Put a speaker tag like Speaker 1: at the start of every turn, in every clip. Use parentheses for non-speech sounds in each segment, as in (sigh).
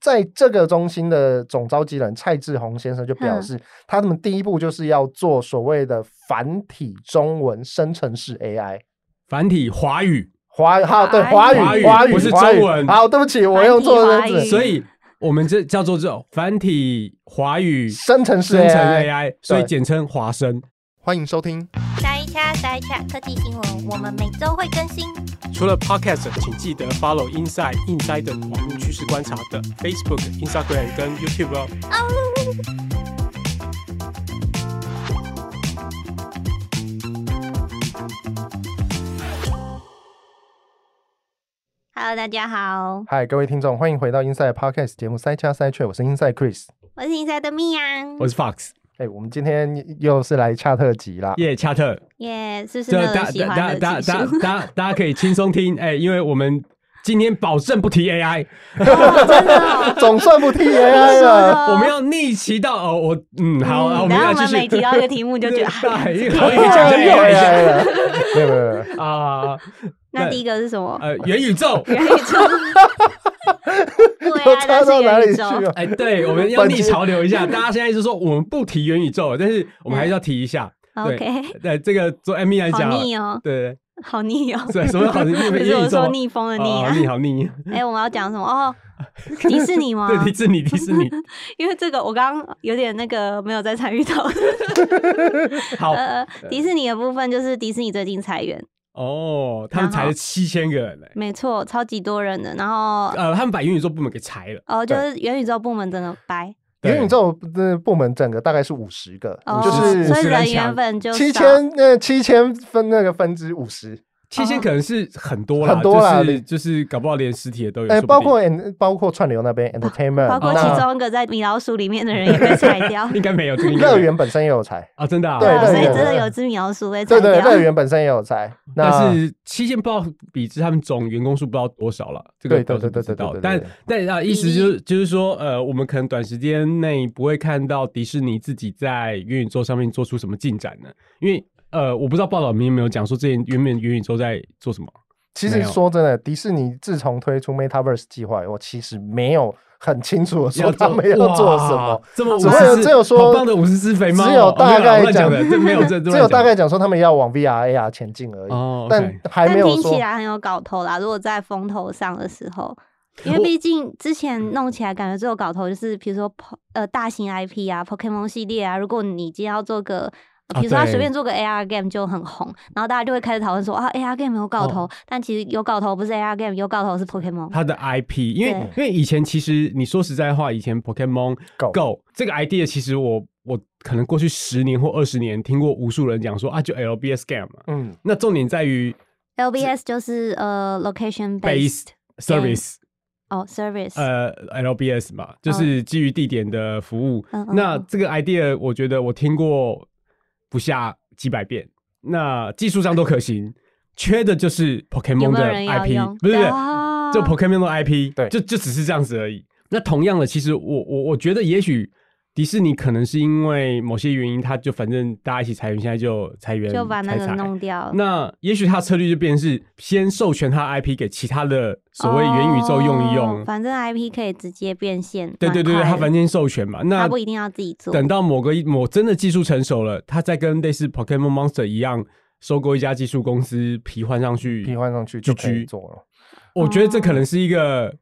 Speaker 1: 在这个中心的总召集人蔡志宏先生就表示，他们第一步就是要做所谓的繁体中文生成式 AI。
Speaker 2: 繁体华语，
Speaker 1: 华好对
Speaker 3: 华
Speaker 1: 华
Speaker 3: 语
Speaker 1: 语
Speaker 2: 华
Speaker 1: 华
Speaker 2: 语
Speaker 1: 语
Speaker 2: 不是
Speaker 1: 华语
Speaker 2: 中文
Speaker 1: 好，对不起，我用错
Speaker 3: 繁
Speaker 1: 了
Speaker 3: 体华语
Speaker 1: 字。
Speaker 2: 所以我们这叫做这种繁体华语
Speaker 1: 生成式
Speaker 2: 生成
Speaker 1: AI，
Speaker 2: AI，所以简称华生。
Speaker 4: 欢迎收听，
Speaker 5: 塞恰塞恰科技新闻，哦我们每周会更新。
Speaker 6: 除了 Podcast，请记得 follow Inside Inside 的网络趋势观察的 Facebook、Instagram 跟 YouTube 哦。
Speaker 5: Hello，大家好，
Speaker 1: 嗨，各位听众，欢迎回到 Inside Podcast 节目塞掐塞雀，我是 Inside Chris。
Speaker 5: 我是 Inside 的蜜阳，
Speaker 2: 我是 Fox，
Speaker 1: 哎、我们今天又是来恰特集啦。，
Speaker 2: 耶，恰特，
Speaker 5: 耶是不是
Speaker 2: 这
Speaker 5: 没有
Speaker 2: 大
Speaker 5: 人喜
Speaker 2: 大
Speaker 5: 欢的
Speaker 2: 大大
Speaker 5: 技术？
Speaker 2: 大大大家可以轻松听，哎，因为我们今天保证不提 AI，
Speaker 5: 哦真的哦
Speaker 1: (laughs) 总算不提
Speaker 5: 真
Speaker 1: AI
Speaker 5: 的
Speaker 2: (laughs)
Speaker 1: 了。
Speaker 5: 哦
Speaker 2: 我们要逆袭到哦，我嗯，好，
Speaker 5: 嗯
Speaker 2: 好我们
Speaker 5: 然后
Speaker 2: 要
Speaker 5: 我
Speaker 2: 继
Speaker 5: 们
Speaker 2: 续
Speaker 5: 每提到一个题目就觉得
Speaker 2: (laughs)
Speaker 5: 啊
Speaker 2: 对，
Speaker 5: (laughs) 这
Speaker 2: 好
Speaker 5: 个
Speaker 2: 一讲就
Speaker 5: 哎
Speaker 2: 又一下
Speaker 1: 了，没有没
Speaker 2: (laughs)
Speaker 1: 有没有，
Speaker 2: 啊，
Speaker 5: 那第一个是什 (laughs) 么？啊
Speaker 2: 呃，元宇宙， (laughs)
Speaker 5: 元宇宙，对
Speaker 1: 又
Speaker 5: 啊，
Speaker 1: 插到
Speaker 5: 那
Speaker 1: 哪
Speaker 5: 是元
Speaker 1: 里
Speaker 5: 宇
Speaker 1: 去
Speaker 5: 宙。
Speaker 1: 了？
Speaker 2: 哎，对，我们要
Speaker 1: 本
Speaker 2: 逆
Speaker 1: 集
Speaker 2: 潮流
Speaker 1: (laughs)
Speaker 2: 一下，大家现在就说我们不提元宇宙了，但是我们还是要提一下，
Speaker 1: 嗯
Speaker 2: 对
Speaker 5: OK，
Speaker 2: 对，这个做 M E 来
Speaker 5: 好
Speaker 2: 讲，
Speaker 5: 逆哦，
Speaker 2: 对
Speaker 5: 好
Speaker 2: (laughs)
Speaker 5: 逆哦
Speaker 2: 对，，对，什
Speaker 1: (laughs)
Speaker 2: 么好逆？
Speaker 5: 可 (laughs)
Speaker 2: 元
Speaker 5: 是
Speaker 2: 宇
Speaker 5: 我
Speaker 2: 宙
Speaker 5: 说逆风的逆
Speaker 2: 哦
Speaker 5: 啊
Speaker 2: 好。逆好逆，
Speaker 5: 哎，我们要讲什么？哦，迪士尼吗？
Speaker 2: (laughs)
Speaker 1: 啊
Speaker 2: 对，迪士尼，迪
Speaker 1: (laughs)
Speaker 2: 士尼，
Speaker 5: 因为这个我刚刚有点那个没有再参与到。
Speaker 1: 哦
Speaker 2: 好
Speaker 5: 呃，迪士尼的部分就是迪士尼最近裁员，
Speaker 2: 哦，他们裁了
Speaker 5: 然后
Speaker 2: 七千个人嘞，
Speaker 5: 没错，超级多人的。然后
Speaker 2: 呃，他们把元宇宙部门给裁了，
Speaker 5: 哦，就
Speaker 1: 啊对
Speaker 5: 是元宇宙部门整个掰，
Speaker 2: 对
Speaker 1: 元宇宙的部门整个大概是五十个，
Speaker 5: 哦，
Speaker 1: 就是
Speaker 5: 所以
Speaker 2: 50人
Speaker 5: 人
Speaker 2: 强
Speaker 5: 原本就
Speaker 1: 七
Speaker 5: 少
Speaker 1: 千那七千分那个分之五十，
Speaker 2: 七千可能是很多啦，
Speaker 1: 哦很多啦
Speaker 2: 就是就是搞不好连实体的都有，
Speaker 1: 哎，
Speaker 2: 说不定。
Speaker 1: 包括 and- 包括串流那边 entertainment，
Speaker 5: 包括
Speaker 1: 那
Speaker 5: 其中一个在米老鼠里面的人也被裁掉
Speaker 2: 应该没有这个应该没
Speaker 1: 乐
Speaker 2: 有
Speaker 1: 园本身也有
Speaker 5: (laughs)
Speaker 1: 裁，
Speaker 2: 啊，真的啊，
Speaker 1: 对
Speaker 5: 啊所以
Speaker 1: 乐园
Speaker 5: 真的有只米老鼠被
Speaker 1: 对
Speaker 5: 裁
Speaker 1: 对，
Speaker 5: 掉。
Speaker 1: 乐园本身也有
Speaker 2: (laughs)
Speaker 1: 裁，
Speaker 2: 但
Speaker 1: 那
Speaker 2: 是期限不知道比之他们总员工数不知道多少了，这个
Speaker 1: 对对
Speaker 2: 倒是
Speaker 1: 对
Speaker 2: 不
Speaker 1: 对
Speaker 2: 知
Speaker 1: 对
Speaker 2: 道
Speaker 1: 对。对
Speaker 2: 但
Speaker 1: 对
Speaker 2: 但啊，意
Speaker 1: 嗯
Speaker 2: 思就是就是说，呃，我们可能短时间内不会看到迪士尼自己在元宇宙上面做出什么进展呢，因为呃，我不知道报道里面有没有讲说之前原本元宇宙在做什么。
Speaker 1: 其
Speaker 2: 没
Speaker 1: 实
Speaker 2: 有
Speaker 1: 说真的，迪士尼自从推出 Metaverse 计划以后，其实没有很清楚的说他们要做什么
Speaker 2: 哇。这么
Speaker 1: 只
Speaker 2: 五
Speaker 1: 会
Speaker 2: 十
Speaker 1: 有
Speaker 2: 只
Speaker 1: 只有说
Speaker 2: 好棒的五十只肥猫哦，
Speaker 1: 只有大概
Speaker 2: 哦没有啦我乱讲的，
Speaker 1: 讲
Speaker 2: 这
Speaker 1: (laughs)
Speaker 2: 没有这这
Speaker 1: 只有大
Speaker 2: 乱
Speaker 1: 概讲说他们要往 VR、AR 前进而
Speaker 2: 讲
Speaker 1: 已，
Speaker 2: 的哦，
Speaker 1: 但
Speaker 2: OK
Speaker 1: 还
Speaker 5: 但
Speaker 1: 没有
Speaker 5: 听
Speaker 1: 说
Speaker 5: 起。来很有搞头啦，如果在风头上的时候，因为
Speaker 2: 我嗯
Speaker 5: 毕竟之前弄起来感觉最有搞头就是，比如说 po- 呃大型 IP 啊，Pokemon 系列啊，如果你今天要做个。
Speaker 2: 啊
Speaker 5: 呃比如说他
Speaker 2: 对
Speaker 5: 随便做个 AR game 就很红，然后大家就会开始讨论说啊 AR game 有搞
Speaker 2: 哦
Speaker 5: 头，但其实有搞头不是 AR game，有搞头是 Pokemon。
Speaker 2: 它的 IP，因
Speaker 5: 对
Speaker 2: 为因为以前其实你说实在话，以前 Pokemon
Speaker 1: Go
Speaker 2: Go 这个 idea，其实我我可能过去十年或二十年听过无数人讲说啊，就 LBS game 嘛。
Speaker 1: 嗯，
Speaker 2: 那重点在于
Speaker 5: LBS 就是呃 location
Speaker 2: Based
Speaker 5: based
Speaker 2: service，
Speaker 5: 哦 service，
Speaker 2: 呃，LBS 嘛，就是基于地点的服务。
Speaker 5: 嗯嗯嗯
Speaker 2: 那
Speaker 5: 嗯
Speaker 2: 这个 idea，我觉得我听过不下几百遍。那技术上都可行，缺的就是 Pokemon
Speaker 5: 有没有
Speaker 2: 的
Speaker 5: 人要
Speaker 2: IP，
Speaker 5: 用
Speaker 2: 不是不是，
Speaker 5: 啊
Speaker 2: 就 Pokemon 的 IP，
Speaker 1: 对
Speaker 2: 就就只是这样子而已。那同样的，其实我我我觉得，也许迪士尼可能是因为某些原因，他就反正大家一起裁员，现在就裁员，
Speaker 5: 就把那个
Speaker 2: 裁裁
Speaker 5: 弄掉。
Speaker 2: 那也许他策略就变成是先授权他 IP 给其他的所谓元宇宙用一用，
Speaker 5: 哦反正 IP 可以直接变现。
Speaker 2: 对对对对，
Speaker 5: 蛮快
Speaker 2: 他
Speaker 5: 的
Speaker 2: 反正先授权嘛。那
Speaker 5: 他不一定要自己做。
Speaker 2: 等到某个某真的技术成熟了，他再跟类似 Pokemon Monster 一样收购一家技术公司，皮换上去，
Speaker 1: 替换上去就可以
Speaker 2: GG
Speaker 1: 做了。
Speaker 2: 我觉得这可能是一个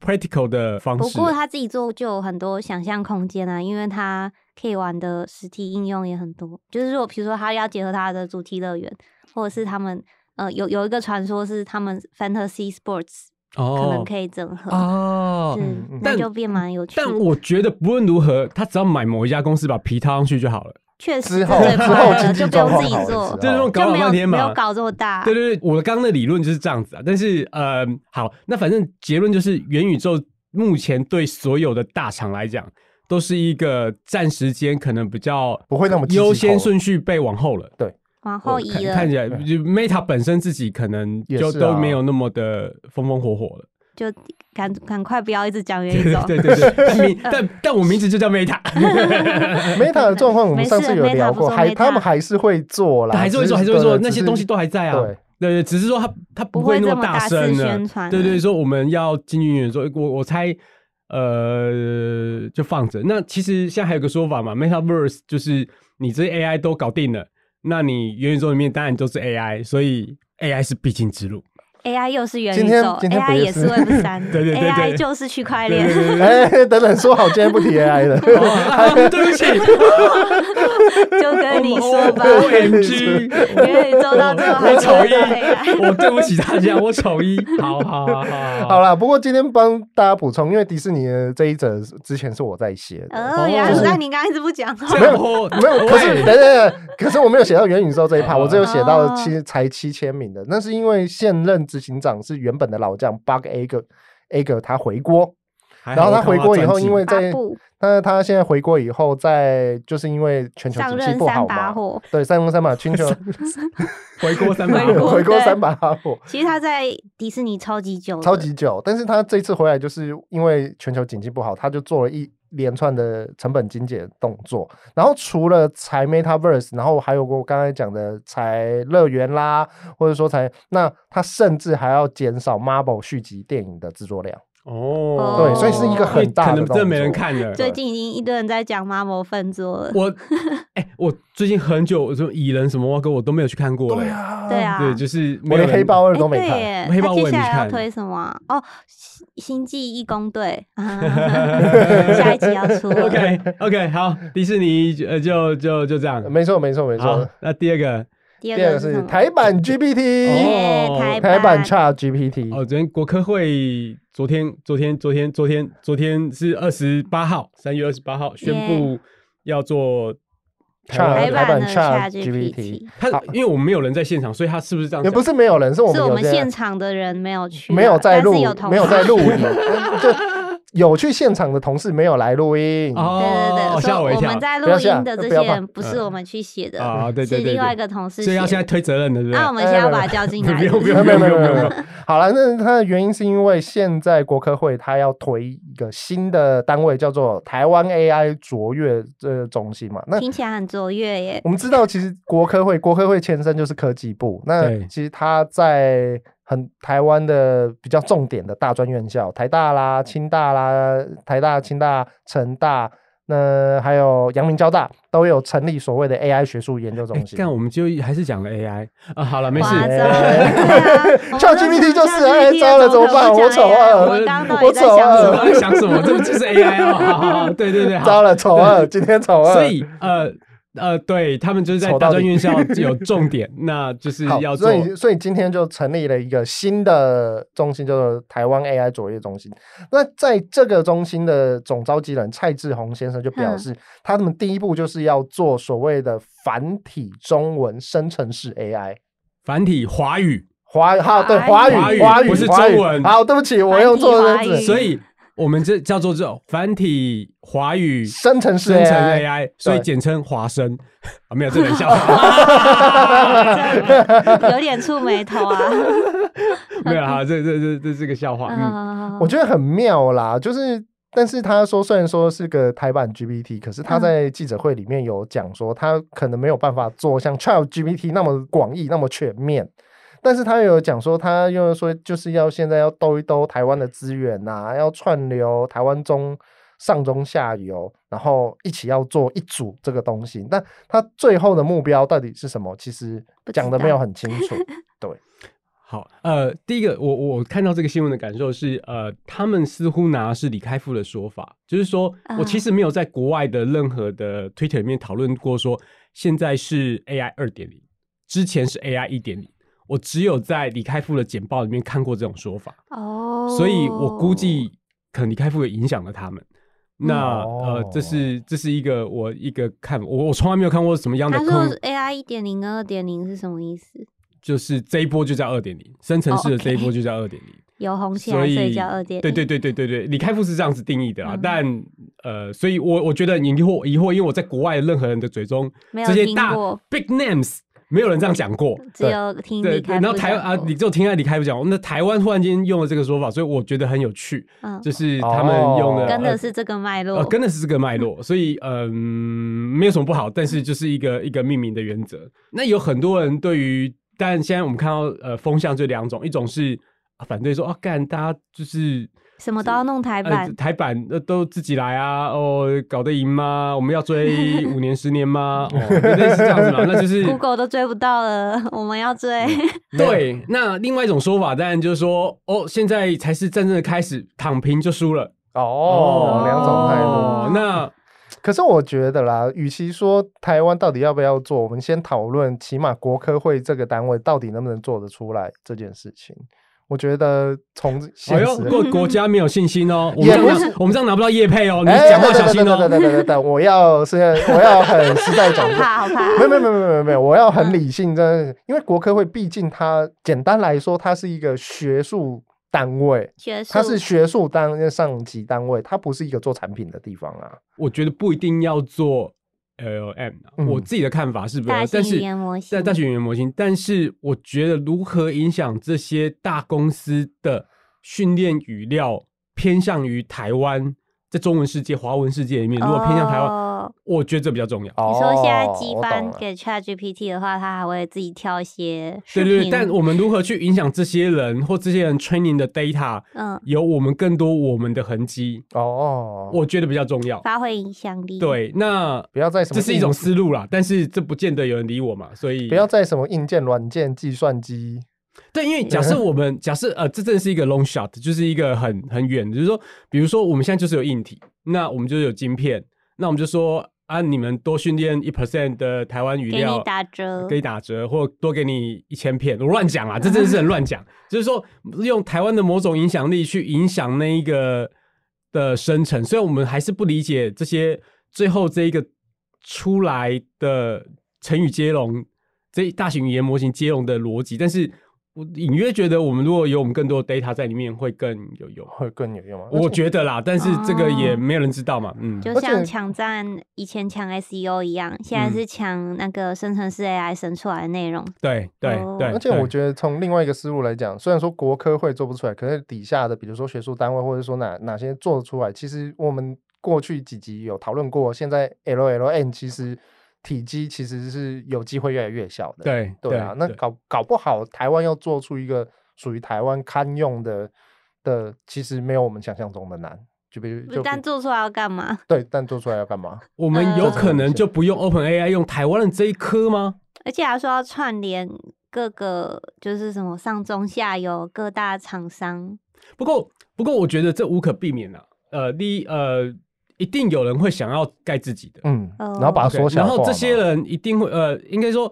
Speaker 2: practical 的方
Speaker 5: 哦不
Speaker 2: 式。
Speaker 5: 过他自己做就有很多想象空间啊，因为他可以玩的实体应用也很多。就是如果比如说他要结合他的主题乐园，或者是他们呃有有一个传说是他们 Fantasy Sports 可能
Speaker 2: 哦
Speaker 5: 可以整合，
Speaker 2: 哦
Speaker 5: 是、
Speaker 1: 嗯嗯
Speaker 5: 那
Speaker 2: 但
Speaker 5: 就变蛮有趣的。
Speaker 2: 但我觉得不论如何，他只要买某一家公司把皮套上去就好了。
Speaker 5: 确实
Speaker 1: 之
Speaker 5: 是
Speaker 1: 后
Speaker 5: 最
Speaker 1: 之后
Speaker 5: 快
Speaker 1: 经
Speaker 5: 乐，
Speaker 1: 济
Speaker 5: 就不
Speaker 1: 状
Speaker 5: 用
Speaker 1: 况
Speaker 5: 自己
Speaker 1: 好了
Speaker 5: 做
Speaker 1: 之，
Speaker 2: 就是那种搞
Speaker 5: 就
Speaker 2: 了
Speaker 5: 没有
Speaker 2: 半天
Speaker 5: 没有
Speaker 2: 嘛。
Speaker 5: 搞这么大。
Speaker 2: 对对对，我刚刚的理论就是这样子啊。但是呃，好，那反正结论就是，元宇宙目前对所有的大厂来讲，都是一个暂时间可能比较
Speaker 1: 不会那么积极
Speaker 2: 优先顺序被往后了。
Speaker 5: 往后
Speaker 2: 我
Speaker 5: 移
Speaker 2: 看
Speaker 5: 了
Speaker 2: 看，起来就 Meta 本身自己可能
Speaker 1: 也
Speaker 2: 就是都
Speaker 1: 啊
Speaker 2: 没有那么的风风火火了。
Speaker 5: 就赶赶快不要一直讲元
Speaker 2: (laughs)
Speaker 5: 宇宙。
Speaker 2: 对
Speaker 1: (laughs)
Speaker 2: 对对，但名但但我名字就叫 Meta，
Speaker 1: (laughs) Meta 的状况我们上次有聊过，
Speaker 5: 没事 Meta 不做
Speaker 1: 还
Speaker 5: Meta
Speaker 1: 他们还是会做啦，
Speaker 2: (laughs) 还是会
Speaker 1: 只
Speaker 2: 做还是会做，
Speaker 1: 对
Speaker 2: 那些
Speaker 1: 只是
Speaker 2: 东西都还在啊。
Speaker 1: 对。
Speaker 2: 对对，只是说他他
Speaker 5: 不
Speaker 2: 会
Speaker 5: 会
Speaker 2: 那
Speaker 5: 这
Speaker 2: 么
Speaker 5: 么大
Speaker 2: 声
Speaker 5: 肆
Speaker 2: 了
Speaker 5: 宣传啊
Speaker 2: 对对，
Speaker 5: 了
Speaker 2: 说我们要进军元宇宙，我我猜呃，就放着。那其实现在还有个说法嘛，Metaverse 就是你这些 AI 都搞定了，那你元宇宙里面当然都是 AI，所以 AI 是必经之路。
Speaker 5: AI 又是元
Speaker 1: 今
Speaker 5: 宇
Speaker 1: 天
Speaker 5: 宙
Speaker 1: 今天
Speaker 5: ，AI
Speaker 1: 不
Speaker 5: 也
Speaker 1: 是
Speaker 5: 是 Web 三
Speaker 2: 对对对对
Speaker 5: ，AI 就是区块
Speaker 2: 对对
Speaker 5: 链。
Speaker 2: 对对
Speaker 1: (laughs) 哎、等等，说好今天不
Speaker 2: (laughs)
Speaker 1: 提 AI
Speaker 2: 哦
Speaker 1: 了。
Speaker 2: 啊 (laughs) 对不起，
Speaker 5: 就跟你说吧，
Speaker 2: O M
Speaker 1: (laughs)
Speaker 2: G，
Speaker 5: 元宇宙到最后还
Speaker 2: 我
Speaker 5: 是
Speaker 2: 丑
Speaker 5: 会
Speaker 2: 一
Speaker 5: 被 AI，
Speaker 2: 我对不起大家，我丑一，好好好
Speaker 1: (laughs)
Speaker 2: 好
Speaker 1: 好啦，不过今天帮大家补充，因为迪士尼的这一则之前是我在写的，
Speaker 5: 哦，原来是那你刚才一直不讲话，
Speaker 2: 没有
Speaker 1: 没有，可是等等等，可是我没有写到元宇宙这一趴，我只有写
Speaker 5: 哦
Speaker 1: 到七才七千名的，那是因为现任执行长是原本的老将 Bug A 个 A 个他回国，然后他回国以后，因为
Speaker 5: 八
Speaker 1: 在
Speaker 5: 步
Speaker 1: 那他现在回国以后，在就是因为全球
Speaker 5: 上
Speaker 1: 景气
Speaker 5: 任
Speaker 1: 不好
Speaker 5: 三把
Speaker 1: 嘛，
Speaker 5: 火。
Speaker 1: 对，三中三把全球
Speaker 2: 回锅
Speaker 1: (laughs)
Speaker 2: 三百
Speaker 5: 回锅
Speaker 1: 回国
Speaker 5: 对
Speaker 1: 三把火。
Speaker 5: 其实他在迪士尼超级久的，
Speaker 1: 超级久，但是他这次回来就是因为全球经济不好，他就做了一连串的成本精简动作。然后除了裁 MetaVerse，然后还有我刚才讲的裁乐园啦，或者说裁，那他甚至还要减少 Marvel 续集电影的制作量。
Speaker 2: 哦，
Speaker 5: 对所以是一
Speaker 1: 个很大的
Speaker 2: 可能真的没人
Speaker 1: 动作
Speaker 2: 看了。
Speaker 5: 最近已经一堆人在讲 Marvel 分作了，
Speaker 2: 我 (laughs) 哎、我最近很久，我说蚁人什么歌我都没有去看过了。哎对
Speaker 1: 啊
Speaker 5: 对，啊，
Speaker 2: 就是没
Speaker 1: 我
Speaker 2: 有
Speaker 1: 连
Speaker 2: 人
Speaker 1: 黑
Speaker 2: (laughs)
Speaker 1: 豹二
Speaker 5: 哎
Speaker 1: 都没
Speaker 5: 对
Speaker 1: 看。
Speaker 5: 耶，
Speaker 2: 黑豹
Speaker 5: 他
Speaker 2: 我
Speaker 5: 接
Speaker 2: 也没
Speaker 5: 下来要
Speaker 2: 看
Speaker 5: 推什么啊？哦，星星际义工队，下一集要出了
Speaker 2: OK OK，好，迪士尼呃就就就这样。
Speaker 1: 没错，没错，没
Speaker 2: 好
Speaker 1: 错。，
Speaker 2: 那第二个
Speaker 5: 第
Speaker 1: 第二个
Speaker 5: 是
Speaker 1: 是
Speaker 5: 什么
Speaker 1: 台版
Speaker 2: 哦
Speaker 1: GPT，
Speaker 5: 耶
Speaker 2: 台
Speaker 1: 台版
Speaker 5: 版
Speaker 1: Chat GPT，
Speaker 2: 哦，昨天国科会昨天昨天昨天昨天昨天是二十八号，三月二十八号宣布要做台湾
Speaker 5: 台
Speaker 1: 版
Speaker 5: 版的
Speaker 1: 台版
Speaker 5: ChatGPT，
Speaker 2: 他
Speaker 1: 好
Speaker 2: 因为我们没有人在现场，所以他是不是这样
Speaker 1: 也
Speaker 2: 讲？
Speaker 1: 不是没有人，是我们
Speaker 5: 是我
Speaker 1: 有
Speaker 5: 们
Speaker 1: 些
Speaker 5: 现场的人没有去啊，
Speaker 1: 没有在
Speaker 5: 但是
Speaker 1: 录，
Speaker 5: 有同
Speaker 1: 没有
Speaker 5: 事
Speaker 1: 在
Speaker 5: (laughs)
Speaker 1: 录影，呃就有去现场的同事没有来录音。
Speaker 2: 哦，
Speaker 5: 对对对，
Speaker 2: 吓
Speaker 5: 说
Speaker 2: 我一
Speaker 5: 我
Speaker 2: 跳嗯
Speaker 5: 们。在
Speaker 1: 不要
Speaker 5: 录
Speaker 1: 吓
Speaker 5: 音的这
Speaker 1: 不要
Speaker 5: 些
Speaker 1: 怕
Speaker 5: 人不是我们去写的， (laughs)
Speaker 2: 啊，对对
Speaker 5: 是
Speaker 2: 对，
Speaker 5: 另外一
Speaker 2: 对
Speaker 5: 个同事
Speaker 2: 所以要现
Speaker 5: 写
Speaker 2: 在
Speaker 5: 的。
Speaker 2: 推责任的，对不
Speaker 5: 那我
Speaker 2: 对？
Speaker 5: 们现在要把它叫进
Speaker 2: 不
Speaker 5: 来，
Speaker 2: 用不
Speaker 5: 是
Speaker 1: 没有
Speaker 2: 用不
Speaker 1: 没有
Speaker 2: 用
Speaker 1: 没有没
Speaker 2: 不用
Speaker 1: 有
Speaker 2: 不
Speaker 1: 没有
Speaker 2: 用。。
Speaker 1: 好了，那它的原因是因为现在国科会它要推一个新的单位，叫做台湾 AI 卓越这中心嘛。那
Speaker 5: (laughs) 听起来很卓越耶。
Speaker 1: 我们知道，其实国科会，国科会前身就是科技部。那
Speaker 2: 对
Speaker 1: 其实它在很台湾的比较重点的大专院校，台大啦、清大啦、台大、清大、成大，那还有阳明交大，都有成立所谓的 AI 学术研究中
Speaker 2: 哎，
Speaker 1: 心。
Speaker 2: 但我们就还是讲了 AI 啊，好 (laughs) 了，没事
Speaker 5: 哇，糟了 (laughs)
Speaker 1: 哎
Speaker 5: 对啊
Speaker 1: ChatGPT 就是啊哎
Speaker 5: 哎，
Speaker 1: 糟了怎么办我丑啊
Speaker 5: 我们刚刚到
Speaker 1: 我
Speaker 5: 底在
Speaker 1: 丑
Speaker 5: 想
Speaker 1: 啊
Speaker 5: 什
Speaker 2: 我
Speaker 1: (laughs)
Speaker 5: 么？
Speaker 2: 在想什么？这不就是 AI 哦？好好好，对对 (laughs) 对，好
Speaker 1: 糟。了，丑二，今天丑二。
Speaker 2: 所以呃呃，对他们就是在
Speaker 1: 丑
Speaker 2: 大
Speaker 1: 到
Speaker 2: 专
Speaker 1: 底 (laughs)
Speaker 2: 院校有重点，那就是
Speaker 1: 好，
Speaker 2: 要做
Speaker 1: 所。以所以今天就成立了一个新的中心，叫做台湾 AI 卓越中心。那在这个中心的总召集人蔡志宏先生就
Speaker 5: 嗯
Speaker 1: 表示，他们第一步就是要做所谓的繁体中文生成式 AI。
Speaker 2: 繁体华语，
Speaker 1: 华好对
Speaker 5: 华
Speaker 1: 华
Speaker 5: 语
Speaker 1: 语
Speaker 2: 华
Speaker 1: 华
Speaker 2: 语
Speaker 1: 语
Speaker 2: 不是
Speaker 1: 华语
Speaker 2: 中文
Speaker 1: 好，对不起，我
Speaker 5: 繁
Speaker 1: 用
Speaker 5: 体
Speaker 1: 错
Speaker 5: 华
Speaker 1: 认
Speaker 5: 语
Speaker 1: 字。
Speaker 2: 所以我们这叫做这种繁体华语
Speaker 1: 生成式
Speaker 2: 生成
Speaker 1: AI，
Speaker 2: AI，所以
Speaker 1: 对
Speaker 2: 简称华生啊，没有这冷笑
Speaker 1: (laughs)
Speaker 2: 话，
Speaker 5: 有点触眉头啊。
Speaker 2: 没有啊，这这这这是个笑话。嗯，
Speaker 5: 嗯
Speaker 1: 我觉得很妙啦，就是。但是他说，虽然说是个台版 GPT，可是他
Speaker 5: 嗯
Speaker 1: 在记者会里面有讲说，他可能没有办法做像 Chat GPT 那么广义、那么全面。但是他有讲说，他又说就是要现在要兜一兜台湾的资源呐、要串流台湾中上中下游，然后一起要做一组这个东西。那他最后的目标到底是什么？其实
Speaker 5: 不知
Speaker 1: 讲的没有
Speaker 5: 道
Speaker 1: 很清
Speaker 5: (laughs)
Speaker 1: 楚。
Speaker 2: 好，呃，第一个我我看到这个新闻的感受是，呃，他们似乎拿的是李开复的说法，就是说
Speaker 1: 嗯
Speaker 2: 我其实没有在国外的任何的 Twitter 里面讨论过说现在是 AI 二点零，之前是 AI 一点零，我只有在李开复的简报里面看过这种说法。
Speaker 5: (laughs) 哦，
Speaker 2: 所以我估计可能李开复也影响了他们。那、呃，这是这是一个我一个看我我从来没有看过什么样的
Speaker 5: 他
Speaker 2: 空，
Speaker 5: 说 AI 一点零跟二点零是什么意思？
Speaker 2: 就是这一波就叫二点零，生成式的这一波就叫二点零。
Speaker 5: 有红哦起
Speaker 2: 所
Speaker 5: 来，
Speaker 2: 以
Speaker 5: 所以叫二点。
Speaker 2: 对对，对对对对，李开复是这样子定义的啦。啊
Speaker 5: 嗯
Speaker 2: 但呃，所以我我觉得你疑惑疑惑，因为我在国外任何人的嘴中，
Speaker 5: 没有
Speaker 2: 这些
Speaker 5: 听
Speaker 2: 大
Speaker 5: 过
Speaker 2: big names 没有人这样讲过。
Speaker 5: 只有听
Speaker 2: 对，
Speaker 5: 李
Speaker 2: 对
Speaker 5: 开
Speaker 2: 然
Speaker 5: 复
Speaker 2: 后台
Speaker 5: 讲
Speaker 2: 啊，
Speaker 5: 过
Speaker 2: 你就听到李开复讲，那台湾忽然间用了这个说法，所以我觉得很有趣，
Speaker 5: 嗯
Speaker 2: 就是他们用了、
Speaker 1: 哦
Speaker 5: 跟
Speaker 2: 呃
Speaker 5: 的是这个脉络
Speaker 2: 呃，，跟的是这个
Speaker 5: (laughs)
Speaker 2: 脉络，所以嗯，没有什么不好，但是就是一个一个命名的原则。那有很多人对于，但现在我们看到呃风向就两种，一种是啊反对说啊干，大家就是
Speaker 5: 什么都要弄台
Speaker 2: 呃
Speaker 5: 版，，
Speaker 2: 台版呃都自己来啊，哦，搞得赢吗？我们
Speaker 5: (laughs)
Speaker 2: 要追五年十年吗？哦，类似这样子嘛，那就是
Speaker 5: Google 都追不到了， (laughs) 我们要追。
Speaker 2: 对。那另外一种说法，当然就是说，哦，现在才是真正的开始，躺平就输了。
Speaker 1: 哦，两种态度。
Speaker 5: 哦
Speaker 2: 那
Speaker 1: 可是我觉得啦，与其说台湾到底要不要做，我们先讨论，起码国科会这个单位到底能不能做得出来这件事情。我觉得
Speaker 2: (laughs)
Speaker 1: 从
Speaker 2: 哎
Speaker 1: 现
Speaker 2: 呦，
Speaker 1: 实
Speaker 2: 国国家没有信心哦，我
Speaker 1: (laughs)
Speaker 2: 们
Speaker 1: 也
Speaker 2: 这样
Speaker 1: 不
Speaker 2: 拿
Speaker 1: 是
Speaker 2: 我们这样拿不到业配哦，你
Speaker 1: 哎
Speaker 2: 讲话小心
Speaker 1: 等等
Speaker 2: 哦。
Speaker 1: 等等等等，我要是我要很实在讲
Speaker 2: 嗯
Speaker 5: 好，怕，好
Speaker 1: (laughs) 没有
Speaker 5: 怕。
Speaker 1: 没有没有没有没有没有，我要很
Speaker 5: 嗯
Speaker 1: 理性，真的是，因为国科会毕竟它简单来说，它是一个学术单位，
Speaker 5: 学术
Speaker 1: 它是学术单上级单位，它不是一个做产品的地方啊。
Speaker 2: 我觉得不一定要做 LLM，啊、
Speaker 1: 嗯
Speaker 2: 我自己的看法是不
Speaker 5: 大
Speaker 2: 是？但
Speaker 5: 型
Speaker 2: 是
Speaker 5: 语言模型
Speaker 2: 在大型语言模型，但是我觉得如何影响这些大公司的训练语料偏向于台湾，在中文世界、华文世界里面，如果偏向台湾，
Speaker 5: 哦
Speaker 2: 我觉得这比较重要。
Speaker 1: 哦，
Speaker 5: 你说现在机
Speaker 1: 我懂
Speaker 5: 翻
Speaker 1: 了
Speaker 5: 给 Chat GPT 的话，它还会自己挑一些视
Speaker 2: 对
Speaker 5: 频。
Speaker 2: 对对，但我们如何去影响这些人或这些人 training 的 data，
Speaker 5: 嗯，
Speaker 2: 有我们更多我们的痕迹，
Speaker 1: 哦，
Speaker 2: 我觉得比较重要。
Speaker 5: 发挥影响力。，
Speaker 2: 对，那
Speaker 1: 不要再什么
Speaker 2: 这是一
Speaker 1: 硬
Speaker 2: 种思路啦，但是这不见得有人理我嘛，所以
Speaker 1: 不要再什么硬件、软件、计算机。
Speaker 2: 对，因为假设我们假设呃，这真的是一个 long shot，就是一个很很远的，就是说，比如说我们现在就是有硬体，那我们就是有晶片，那我们就说啊，你们多训练一 percent 的台湾语
Speaker 5: 给
Speaker 2: 料
Speaker 5: 你，打折。
Speaker 2: 给你打折，或多给你一千片，我乱讲啦，这真的是很乱讲，就是说用台湾的某种影响力去影响那一个的生成，虽然我们还是不理解这些最后这一个出来的成语接龙，这一大型语言模型接龙的逻辑，但是我隐约觉得我们如果有我们更多的 data 在里面，会更有用。
Speaker 1: 会更有用啊！
Speaker 2: 我觉得啦，但是这个也
Speaker 5: 哦
Speaker 2: 没有人知道嘛，嗯，
Speaker 5: 就
Speaker 1: 而且
Speaker 5: 像抢占以前抢 SEO 一样，现在
Speaker 2: 嗯
Speaker 5: 是抢那个生成式 AI 生出来的内容。
Speaker 2: 对对
Speaker 5: 哦
Speaker 2: 对，
Speaker 1: 而且
Speaker 2: 对
Speaker 1: 我觉得从另外一个思路来讲，虽然说国科会做不出来，可是底下的比如说学术单位或者说哪哪些做得出来，其实我们过去几集有讨论过，现在 LLM 其实体积其实是有机会越来越小的。
Speaker 2: 对
Speaker 1: 对啊，那搞搞不好台湾要做出一个属于台湾堪用的的，其实没有我们想象中的难。就比如就比
Speaker 5: 但做出来要干嘛？ (laughs)
Speaker 1: 对，但做出来要干嘛？
Speaker 2: 我们有
Speaker 5: 呃
Speaker 2: 可能就不用 Open AI，用台湾的这一科吗？
Speaker 5: 而且还说要串联各个，就是什么上中下游各大厂商。
Speaker 2: 不过，不过我觉得这无可避免啊。呃，第一，呃，一定有人会想要盖自己的，
Speaker 1: 嗯，然后
Speaker 5: 哦
Speaker 1: 把它
Speaker 2: OK，
Speaker 1: 缩小
Speaker 2: 然
Speaker 1: 化嘛。
Speaker 2: 后这些人一定会，呃，应该说，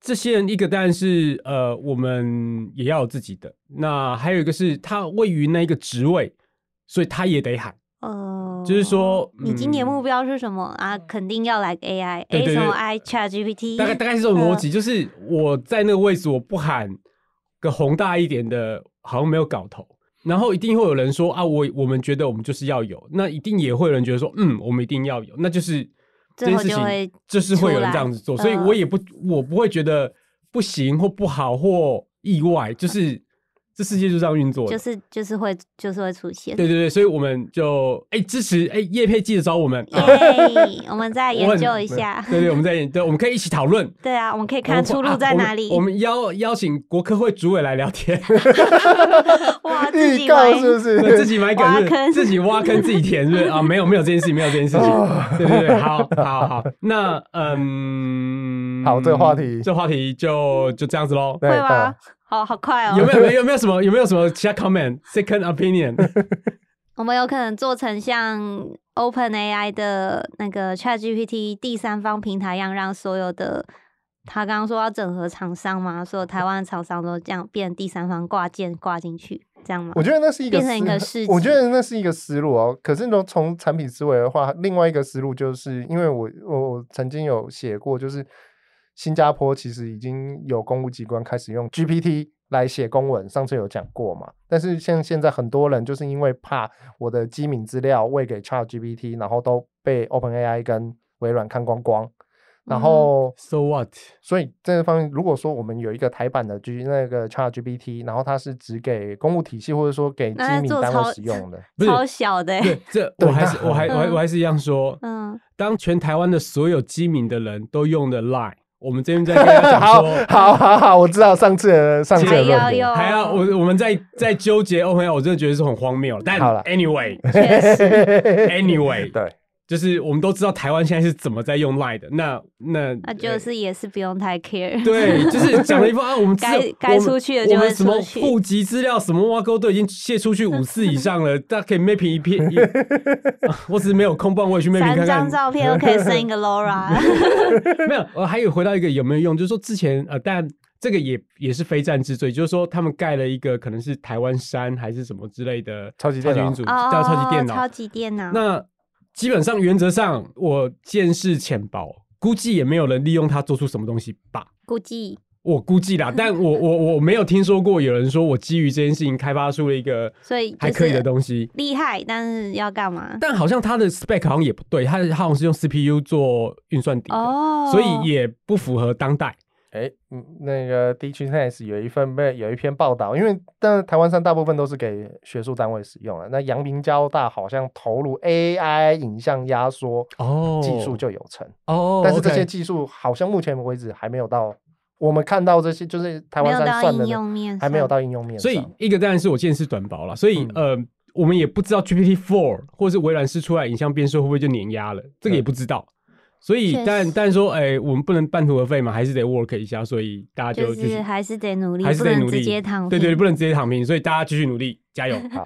Speaker 2: 这些人一个当然是呃，我们也要有自己的。那还有一个是他位于那一个职位，所以他也得喊。
Speaker 5: 呃，
Speaker 2: 就是说
Speaker 5: 你今年
Speaker 2: 嗯
Speaker 5: 目标是什么啊？肯定要来个 AI，
Speaker 2: 对
Speaker 5: a
Speaker 2: 对
Speaker 5: 什么
Speaker 2: 对
Speaker 5: I Chat GPT，
Speaker 2: 大概大概是这种
Speaker 5: 嗯
Speaker 2: 逻辑，就是我在那个位置我不喊个宏大一点的，好像没有搞头。然后一定会有人说啊，我我们觉得我们就是要有，那一定也会有人觉得说，嗯，我们一定要有，那就是这
Speaker 5: 最
Speaker 2: 件
Speaker 5: 后
Speaker 2: 事
Speaker 5: 就会
Speaker 2: 情就是会有人这样子做，所以我
Speaker 5: 嗯
Speaker 2: 也不我不会觉得不行或不好或意外，就是这世界就这样运作的，
Speaker 5: 就是就是会就是会出现。
Speaker 2: 对对对，所以我们就哎支持哎叶佩记得找我们，啊
Speaker 5: 耶我们再
Speaker 2: (laughs) 我
Speaker 5: 研
Speaker 2: 很
Speaker 5: 究一下。
Speaker 2: 对对，我们在对我们可以一起讨论，
Speaker 5: (laughs) 对啊，我们可以
Speaker 2: 我们
Speaker 5: 看出
Speaker 2: 啊
Speaker 5: 路在
Speaker 2: 我们
Speaker 5: 哪里。
Speaker 2: 我们邀邀请国科会主委来聊
Speaker 5: (laughs)
Speaker 2: 天，(laughs)
Speaker 5: 哇，自
Speaker 1: 预
Speaker 5: 己
Speaker 1: 告
Speaker 5: 玩
Speaker 1: 是不是？
Speaker 2: 自己埋梗
Speaker 5: 挖
Speaker 2: 是不是
Speaker 5: 坑
Speaker 2: 自己挖坑自己填是不是啊？没有没有这件事情，没有这 (laughs) 件事情。
Speaker 1: 哦
Speaker 2: 对对对，好好好，那
Speaker 1: (laughs)
Speaker 2: 嗯，
Speaker 1: 好这个话
Speaker 2: (laughs)
Speaker 1: 题
Speaker 2: 这话题就就这样子喽。
Speaker 1: 对
Speaker 5: 会
Speaker 1: 懂
Speaker 5: 吗？好好快哦！
Speaker 2: 有没有有没有什么有没有什么其他 comment second
Speaker 1: (laughs)
Speaker 2: opinion？
Speaker 5: 我们有可能做成像 OpenAI 的那个 ChatGPT 第三方平台一样，让所有的他刚刚说要整合厂商嘛，所有台湾的厂商都这样变第三方挂件挂进去，这样吗
Speaker 1: 我？觉得那是一个
Speaker 5: 变成一个市
Speaker 1: 我觉
Speaker 5: 集
Speaker 1: 得那是一个思路哦。可是呢，从产品思维的话，另外一个思路就是，因为我我我曾经有写过，就是新加坡其实已经有公务机关开始用 GPT 来写公文，上次有讲过嘛。但是像现在很多人就是因为怕我的机敏资料喂给 Chat GPT，然后都被 OpenAI 跟微软看光光，然
Speaker 5: 嗯哼
Speaker 1: 后。
Speaker 2: So what？
Speaker 1: 所以这方面，如果说我们有一个台版的 G 那个 Chat GPT，然后它是只给公务体系或者说给机
Speaker 5: 那
Speaker 1: 敏
Speaker 5: 做
Speaker 1: 单
Speaker 5: 超
Speaker 1: 位使用
Speaker 5: (laughs)
Speaker 1: 的，
Speaker 2: 不是
Speaker 5: 超小的欸、
Speaker 2: 对，这
Speaker 1: 对
Speaker 2: 我还是
Speaker 1: 那
Speaker 2: 我还我还
Speaker 5: 嗯
Speaker 2: 我还是一样说，
Speaker 5: 嗯，
Speaker 2: 当全台湾的所有机敏的人都用的 Line 我们这边
Speaker 1: (laughs)
Speaker 2: 在跟他讲
Speaker 1: 好
Speaker 2: 说，
Speaker 1: 好好好，我知道上次的上次
Speaker 5: 还
Speaker 1: 的论
Speaker 5: 要
Speaker 1: 点
Speaker 5: 有，
Speaker 2: 还要我我们在在纠结 OK，我真的觉得是很荒谬。但
Speaker 1: 好啦 (laughs)
Speaker 2: anyway
Speaker 5: 确
Speaker 2: (laughs)
Speaker 5: 实
Speaker 1: (laughs)
Speaker 2: anyway，
Speaker 1: 对，
Speaker 2: 就是我们都知道台湾现在是怎么在用 Line 的。那那
Speaker 5: 那就是也是不用太 care。
Speaker 2: 对，就是讲了一
Speaker 5: (laughs)
Speaker 2: 副啊，我们
Speaker 5: 该
Speaker 2: 自
Speaker 5: 该
Speaker 2: 我们
Speaker 5: 出去的
Speaker 2: 我
Speaker 5: 就
Speaker 2: 们
Speaker 5: 会
Speaker 2: 什么
Speaker 5: 出去
Speaker 2: 户籍资料什么挖沟都已经泄出去五次以上了，大家可以 mapping 一片，
Speaker 1: (laughs)
Speaker 2: 一啊我只是没有空棒，我也去
Speaker 5: 三
Speaker 2: mapping 看
Speaker 5: 张
Speaker 2: 看。
Speaker 5: 照片都可以生
Speaker 2: (laughs)
Speaker 5: 一个 Laura，啊
Speaker 2: 没有，呃，还有回到一个有没有用，就是说之前呃，但这个也也是非战之罪，就是说他们盖了一个可能是台湾山还是什么之类的
Speaker 1: 超级
Speaker 2: 超
Speaker 1: 电
Speaker 2: 级
Speaker 1: 脑
Speaker 2: 云组叫超级电脑，
Speaker 5: 哦超级电脑，
Speaker 2: 那基本上原则上我见识浅薄，估计也没有人利用它做出什么东西吧。
Speaker 5: 估计
Speaker 2: 我估计啦，但
Speaker 5: (laughs)
Speaker 2: 我我我没有听说过有人说我基于这件事情开发出了一个
Speaker 5: 所以就是
Speaker 2: 还可以的东西，
Speaker 5: 厉害，但是要干嘛？
Speaker 2: 但好像它的 spec 好像也不对，它它好像是用 CPU 做运算底的，
Speaker 5: 哦，
Speaker 2: 所以也不符合当代。
Speaker 1: 哎，嗯，那个 D G Times 有一份被有一篇报道，因为但台湾上大部分都是给学术单位使用了。那阳明交大好像投入 AI 影像压缩
Speaker 2: 哦
Speaker 1: 技术就有成，
Speaker 2: 哦，
Speaker 1: 但是这些
Speaker 2: OK
Speaker 1: 技术好像目前为止还没有到我们看到这些，就是台
Speaker 5: 没
Speaker 1: 湾
Speaker 5: 有
Speaker 1: 上
Speaker 5: 到
Speaker 1: 算的
Speaker 5: 应
Speaker 1: 呢
Speaker 5: 用面上，
Speaker 1: 还没有到应用面
Speaker 2: 所
Speaker 1: 上，
Speaker 2: 以一个当然是我见识短薄了，所以、
Speaker 1: 嗯
Speaker 2: 呃，我们也不知道 GPT Four 或是微软是出来影像变瘦会不会就碾压了，这个也不知道。所以
Speaker 5: 确实
Speaker 2: 但但说，哎、我们不能半途而废嘛，还是得 work 一下，所以大家就
Speaker 5: 就
Speaker 2: 继续
Speaker 5: 是。还是得努力，
Speaker 2: 还是
Speaker 5: 不
Speaker 2: 得
Speaker 5: 能
Speaker 2: 努力，
Speaker 5: 直接躺平。
Speaker 2: 对对，不能直接躺平，所以大家继续努力，加油！
Speaker 1: 好，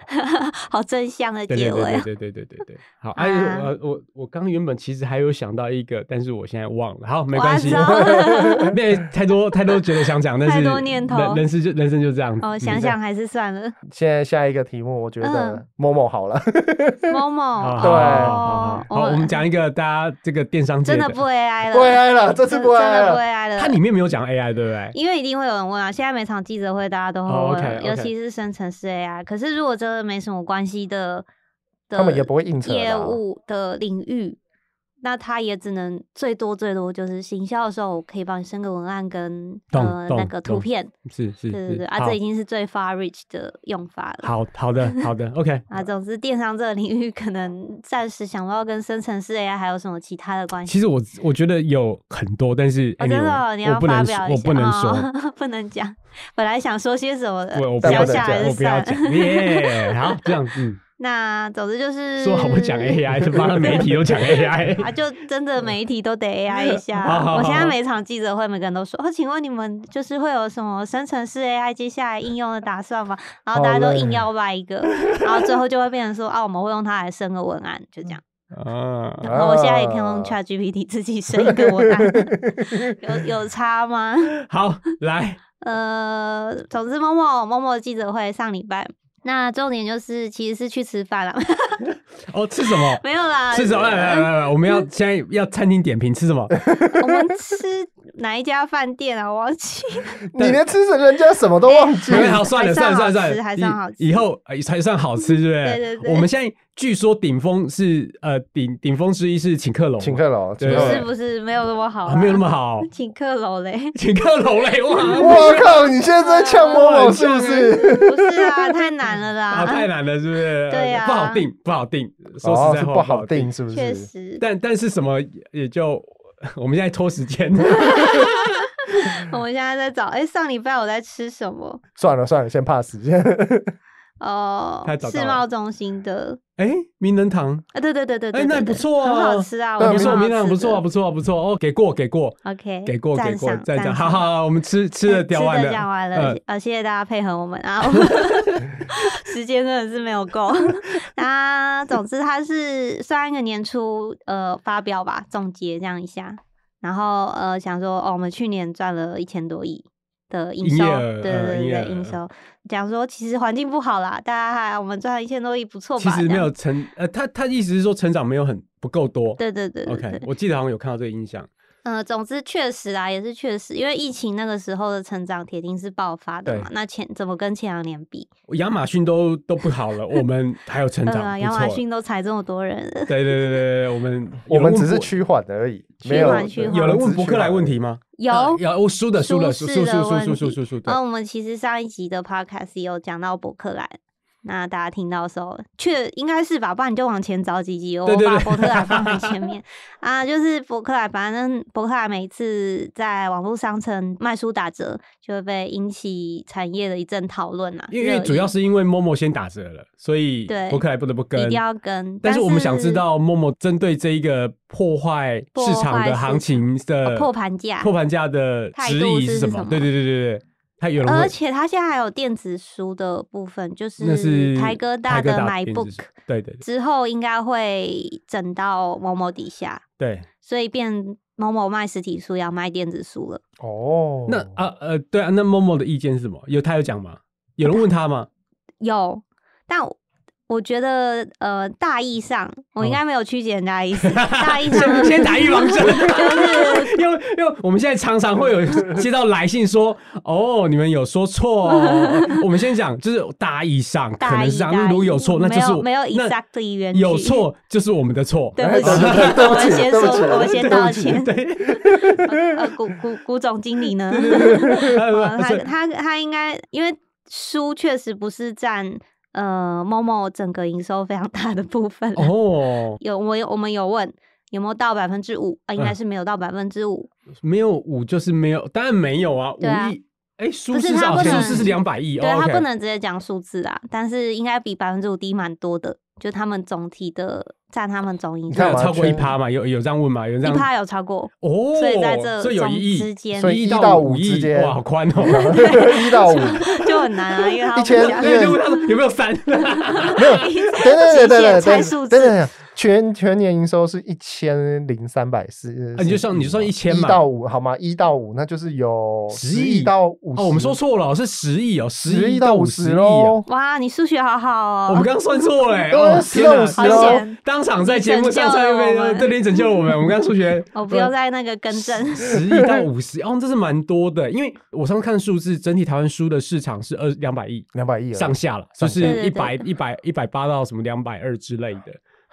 Speaker 5: 好正向的 (laughs)
Speaker 2: 对对
Speaker 5: 结尾
Speaker 2: 对
Speaker 5: 啊。
Speaker 2: 对对对对对， (laughs) 好，哎，
Speaker 5: 啊
Speaker 2: 我我我刚原本其实还有想到一个，但是我现在忘了，好，没
Speaker 5: 哇
Speaker 2: 关系
Speaker 5: 糟，
Speaker 2: (laughs) 那太多太多觉得想讲，但是
Speaker 5: 太多念头
Speaker 2: 人人生就人生就这样子，
Speaker 5: 哦，想
Speaker 2: 嗯
Speaker 5: 想还是算
Speaker 2: (laughs)
Speaker 5: 了。
Speaker 1: 现在下一个题目，我觉
Speaker 5: 嗯
Speaker 1: 得某某好了，
Speaker 5: 某
Speaker 2: 好
Speaker 5: 某，
Speaker 2: 好
Speaker 5: 哦
Speaker 2: 好好啊好，我们讲一个大家这个电商界
Speaker 5: 真的不 AI 了，
Speaker 1: 不
Speaker 2: 啊
Speaker 1: AI 了，这次
Speaker 5: 真
Speaker 1: 不 AI
Speaker 5: 真的不
Speaker 1: 了，
Speaker 5: AI 了。
Speaker 2: 它里面没有讲 AI，对不对？
Speaker 5: 因为一定会有人问啊，现在每场记者会大家都会
Speaker 2: 哦
Speaker 5: 问，啊
Speaker 2: ，OK，OK
Speaker 5: 尤其是生成式 AI。可是如果真的没什么关系的，的
Speaker 1: 他们也不会硬扯的
Speaker 5: 业
Speaker 1: 啊
Speaker 5: 务的领域，那他也只能最多最多就是行销的时候，我可以帮你生个文案跟
Speaker 2: 懂
Speaker 5: 呃
Speaker 2: 懂
Speaker 5: 那个图
Speaker 2: 懂
Speaker 5: 片，
Speaker 2: 是是
Speaker 5: 对对
Speaker 2: 是
Speaker 5: 对，，啊，
Speaker 2: 好
Speaker 5: 这已经是最 far reach 的用法了。
Speaker 2: 好好的好的
Speaker 5: (laughs)
Speaker 2: ，OK，
Speaker 5: 啊，总之电商这个领域可能暂时想不到跟生成式 AI 还有什么其他的关系。
Speaker 2: 其实我我觉得有很多，但是
Speaker 5: 哦、真的哦、你
Speaker 2: anyway，
Speaker 5: 要
Speaker 2: 我不
Speaker 5: 发
Speaker 2: 能
Speaker 5: 表
Speaker 2: 说
Speaker 5: 一
Speaker 2: 我
Speaker 5: 下，
Speaker 2: 不能说，
Speaker 5: 哦、 (laughs) 不能讲。本来想说些什么的， (laughs)
Speaker 2: 我我不
Speaker 1: 但
Speaker 2: 要
Speaker 5: 想
Speaker 1: 不能讲
Speaker 5: 想还是
Speaker 2: 我不
Speaker 5: 算了
Speaker 2: 要讲，耶，好这样嗯，
Speaker 5: (laughs) 那总之就是
Speaker 2: 说好不
Speaker 5: 嗯
Speaker 2: 讲 AI，就帮他媒体都讲
Speaker 5: (laughs)
Speaker 2: AI，
Speaker 5: 啊，就真的每一题
Speaker 2: (laughs)
Speaker 5: 都得 AI 一下。
Speaker 2: 嗯好好好
Speaker 5: 我现在
Speaker 2: 好
Speaker 5: 每场记者会，每个人都说：“哦，请问你们就是会有什么生成式 AI 接下来应用的打算吗？”然后大家
Speaker 1: 好
Speaker 5: 都
Speaker 1: 累
Speaker 5: 硬要掰一
Speaker 2: (laughs)
Speaker 5: 个，然后最后就会变成说：“啊，我们会用它来生个文案。”就这样。
Speaker 2: 啊，
Speaker 5: 然后我现在也可以
Speaker 1: 啊
Speaker 5: 用
Speaker 2: (laughs)
Speaker 5: ChatGPT 自己生一个文案， (laughs) 有有差吗？
Speaker 2: 好来，
Speaker 5: 呃，总之某某某某记者会上礼拜，那重点就是其实是去吃饭了，
Speaker 2: 哦吃什么？
Speaker 5: (laughs) 没有啊嗯啦，
Speaker 2: 吃什么？来来来来，我们要现在要餐厅点评吃什么？
Speaker 5: 我们吃哪一家饭店啊？我忘记。
Speaker 1: 你连吃什人家什么都忘记
Speaker 2: 因为
Speaker 5: 哎
Speaker 2: 好，算了，
Speaker 5: 还
Speaker 2: 算
Speaker 5: 算好
Speaker 2: 了，算了，算
Speaker 5: 吃
Speaker 2: 了，
Speaker 5: 还
Speaker 2: 以
Speaker 5: 算好吃
Speaker 2: 以后呃才算好吃，对不对？
Speaker 5: 对对对
Speaker 2: 我们现在据说顶峰是呃顶顶峰之一是请客龙，
Speaker 1: 请客了，哦请
Speaker 2: 对
Speaker 1: 客
Speaker 5: 不是
Speaker 1: 了。
Speaker 5: 不是没有那么好、
Speaker 2: 啊，没有那么。好，
Speaker 5: 请客楼嘞？
Speaker 2: 请客龙
Speaker 1: (laughs)
Speaker 2: 嘞，哇
Speaker 1: 我靠！你现在在呛某某是不是？
Speaker 5: 不是啊，太难了啦。
Speaker 2: 啊太难了，是不是？
Speaker 5: 对啊
Speaker 2: 不好定，不好定，说
Speaker 1: 哦
Speaker 2: 实在
Speaker 1: 是
Speaker 2: 话
Speaker 1: 不好定，。是不
Speaker 5: 确
Speaker 1: 是？
Speaker 5: 实，
Speaker 2: 但但是什么也也就我们现在拖时间，
Speaker 5: 我们现在在找，哎、上礼拜我在吃什么？
Speaker 1: 算了算了，先 pass。先
Speaker 5: 哦
Speaker 2: 他找，到
Speaker 5: 世
Speaker 2: 了
Speaker 5: 贸中心的，
Speaker 2: 哎，名人堂，
Speaker 5: 啊，对对对对对
Speaker 2: 哎，那也不错
Speaker 5: 很
Speaker 2: 啊，
Speaker 5: 好吃啊，我
Speaker 1: 对
Speaker 5: 觉
Speaker 2: 不
Speaker 5: 得
Speaker 2: 错，
Speaker 5: 蛮好
Speaker 2: 名
Speaker 5: 吃
Speaker 2: 人堂不错啊，
Speaker 5: 的
Speaker 2: 不错啊，不错哦，给过，给过。
Speaker 5: OK，
Speaker 2: 给过给
Speaker 5: 嗯赞
Speaker 2: 过，
Speaker 5: 赏
Speaker 2: 再讲，
Speaker 5: 赞
Speaker 2: 好好
Speaker 5: 赏
Speaker 2: 好，我们吃吃的
Speaker 5: 哎
Speaker 2: 聊
Speaker 5: (laughs)
Speaker 2: 完
Speaker 5: 吃
Speaker 2: 了，
Speaker 5: 的讲完
Speaker 2: 呃
Speaker 5: 了，呃，谢谢大家配合我们
Speaker 2: (laughs)
Speaker 5: 啊， (laughs) 我们时间真的是没有够。 (laughs) 那总之它是上一个年初呃发表吧，总结这样一下，然后呃想说哦，我们去年赚了一千多亿。的营
Speaker 2: 营
Speaker 5: 收
Speaker 2: 业额，
Speaker 5: 对对
Speaker 2: 呃营
Speaker 5: 对
Speaker 2: 业
Speaker 5: 对，
Speaker 2: 额
Speaker 5: 营收讲说其实环境不好啦，大家还我们赚了一千多亿，不错吧？
Speaker 2: 其实
Speaker 5: 这
Speaker 2: 没有
Speaker 5: 样，
Speaker 2: 成，呃，他他意思是说成长没有很不够多。
Speaker 5: 对对对对对
Speaker 2: OK，我记得好像有看到这个印象。
Speaker 5: 呃，总之确实啊，也是确实，因为疫情那个时候的成长铁定是爆发的
Speaker 2: 对
Speaker 5: 嘛。那前怎么跟前两年比？
Speaker 2: 亚马逊都 (laughs) 都不好了，我们还有
Speaker 5: 嗯
Speaker 2: 成长，
Speaker 5: 啊，
Speaker 2: 不
Speaker 5: 亚马
Speaker 2: 错
Speaker 5: 逊都裁这么多人
Speaker 2: (laughs)
Speaker 5: 了，
Speaker 2: 对对对对对，我们
Speaker 1: (laughs) 我们只是
Speaker 2: 去
Speaker 1: 趋缓的而已，
Speaker 5: 趋
Speaker 1: 没有
Speaker 5: 缓趋缓
Speaker 2: 有人问伯克莱问题，吗？
Speaker 5: 有。
Speaker 2: 啊有我输的输了
Speaker 5: 舒
Speaker 2: 输
Speaker 5: 适
Speaker 2: 输
Speaker 5: 的
Speaker 2: 输
Speaker 5: 问
Speaker 2: 输
Speaker 5: 题哦
Speaker 2: 输输输输对
Speaker 5: 然后我们其实上一集的 podcast 也有讲到伯克莱，那大家听到的时候，确应该是吧，不然你就往前找几集，我
Speaker 2: 对对
Speaker 5: 把
Speaker 2: 对
Speaker 5: 伯克莱放在前面 (laughs) 啊。就是伯克莱，反正伯克莱每次在网络商城卖书打折，就会被引起产业的一阵讨论啊。
Speaker 2: 因为因为
Speaker 5: 热议
Speaker 2: 主要是因为 Momo 先打折了，所以
Speaker 5: 对
Speaker 2: 伯克莱不得不跟。
Speaker 5: 一定要跟，
Speaker 2: 但是我们想知
Speaker 5: 是
Speaker 2: 道 Momo 针对这一个破坏市场的行情的
Speaker 5: 呃破盘价
Speaker 2: 破盘价的质
Speaker 5: 态
Speaker 2: 疑什
Speaker 5: 度是什
Speaker 2: 么？
Speaker 5: 么
Speaker 2: 对对对对对，他有人
Speaker 5: 而
Speaker 2: 会
Speaker 5: 且它现在还有电子书的部分，就
Speaker 2: 那是
Speaker 5: 台哥大的 My
Speaker 2: 电子
Speaker 5: Book
Speaker 2: 书对对对
Speaker 5: 之后应该会整到某某底下，
Speaker 2: 对。
Speaker 5: 所以变某某卖实体书要卖电子书了。
Speaker 1: 哦，
Speaker 2: 那啊呃对啊，那 Momo 的意见是什么？有他有讲吗？有人问他吗？
Speaker 5: 有，但我我觉得呃大意上我应该没有曲解人家的意思，
Speaker 2: (laughs)
Speaker 5: 大意上
Speaker 2: 哦先先打预防
Speaker 5: (laughs)
Speaker 2: 针，
Speaker 5: 就是
Speaker 2: 因为因为我们现在常常会有接到来信说， (laughs) 哦，你们有说
Speaker 5: (laughs)
Speaker 2: 错、哦。我们先讲，就是大意上可
Speaker 5: 大
Speaker 2: 能
Speaker 5: 意
Speaker 2: 是这样，
Speaker 5: 大
Speaker 2: 那如果
Speaker 5: 意
Speaker 2: 有错，那就是
Speaker 5: 没有
Speaker 2: 我
Speaker 5: 没有
Speaker 2: 那
Speaker 5: exactly 原
Speaker 2: 有
Speaker 5: 句
Speaker 2: 错就是我们的错。
Speaker 5: 对
Speaker 1: 哎
Speaker 5: 不起，
Speaker 1: 对对对对不
Speaker 5: 我们
Speaker 1: 起
Speaker 5: 先
Speaker 1: 对
Speaker 5: 说
Speaker 1: 不起，
Speaker 5: 我们先
Speaker 1: 对不
Speaker 5: 道
Speaker 1: 起
Speaker 5: 歉。
Speaker 2: 对，
Speaker 5: 呃，古古古总经理
Speaker 2: (laughs)
Speaker 5: 呢？呃他他他应该，因为书确实不是占呃某某整个营收非常大的部分啦。
Speaker 2: 哦，
Speaker 5: (laughs) 有我有我们有问有没有到百分之五啊？应该
Speaker 2: 嗯哦
Speaker 5: 是没有到百分之五。
Speaker 2: 没有五就是没有，当然没有啊，五
Speaker 5: 对啊
Speaker 2: 亿。哎，舒
Speaker 5: 不是
Speaker 2: 适
Speaker 5: 他
Speaker 2: 少，
Speaker 5: 不
Speaker 2: 舒
Speaker 5: 能
Speaker 2: 适是两百亿，
Speaker 5: 对
Speaker 2: 哦
Speaker 5: 他
Speaker 2: ，OK
Speaker 5: 不能直接讲数字啊，但是应该比百分之五低蛮多的，就他们总体的占他们总营
Speaker 1: 你
Speaker 5: 收
Speaker 1: 看
Speaker 2: 有
Speaker 1: 嘛
Speaker 2: 超过一
Speaker 1: 圈
Speaker 2: 趴嘛？有有这样问吗？有人这
Speaker 5: 一
Speaker 2: 样
Speaker 5: 趴有超过，
Speaker 2: 哦，
Speaker 5: 所以在这
Speaker 2: 所以有
Speaker 5: 中
Speaker 2: 一亿
Speaker 5: 之间
Speaker 1: 所以
Speaker 2: 一
Speaker 1: 一到
Speaker 2: 五
Speaker 1: 五之
Speaker 2: 亿
Speaker 1: 间
Speaker 2: 哇，好宽哦。
Speaker 1: (laughs) (laughs) 一到五，
Speaker 5: 就很难啊，因为
Speaker 2: (laughs)
Speaker 5: 他
Speaker 1: 一千
Speaker 5: 不讲
Speaker 2: 对，就问他说有没有
Speaker 1: (laughs)
Speaker 2: 三？
Speaker 1: 没有， (laughs) 等等等等等
Speaker 5: 猜数
Speaker 1: 等
Speaker 5: 字
Speaker 1: 等等，全全年营收是一千零三百四，呃嗯
Speaker 2: 啊你就算你就算1000嘛
Speaker 1: 一到五好吗？一到五那就是有
Speaker 2: 10亿
Speaker 1: 亿到五十，
Speaker 2: 哦，我们说错了，是十亿哦，
Speaker 1: 十
Speaker 2: 亿
Speaker 1: 到
Speaker 2: 五
Speaker 1: 十
Speaker 2: 亿哦。
Speaker 1: 喽。
Speaker 5: 哇，你数学好好哦。
Speaker 2: 我们刚刚算错了
Speaker 1: (laughs)
Speaker 2: 欸，
Speaker 1: 对
Speaker 2: 哦，
Speaker 1: 10
Speaker 2: 天哪
Speaker 1: 到50
Speaker 5: 哦
Speaker 2: 当场当场在节目上
Speaker 5: 拯救了
Speaker 2: 上面
Speaker 5: 我
Speaker 2: 被
Speaker 5: 们
Speaker 2: 对你拯救了我们，我们刚刚数学
Speaker 5: 我不用再那个更正。 (laughs)
Speaker 2: 十亿到五十，哦，这是蛮多的，因为我上次看数字，整体台湾书的市场是二两百亿
Speaker 1: 两百亿而已
Speaker 2: 上下了，就
Speaker 5: 对
Speaker 2: 是一
Speaker 5: 对对
Speaker 2: 百一百一百八到什么两百二之类的，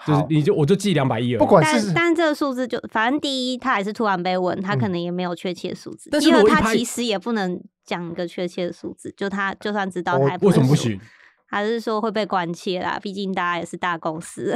Speaker 2: 就是
Speaker 1: 好，
Speaker 2: 你就我就记两百亿而已
Speaker 1: 不管
Speaker 5: 但
Speaker 1: 哦是嗯
Speaker 5: 但这个数字就，反正第一，他也是突然被问，他可能也没有确切数字。
Speaker 2: 但是
Speaker 5: 第
Speaker 2: 如
Speaker 5: 二，
Speaker 2: 果一
Speaker 5: 他
Speaker 2: 拍
Speaker 5: 其实也不能讲一个确切的数字，就他就算知道
Speaker 1: 我
Speaker 5: 他也
Speaker 2: 为什么
Speaker 5: 能
Speaker 2: 不
Speaker 5: 说？
Speaker 2: 行？
Speaker 5: 还是说会被关切啦？毕竟大家也是大公司，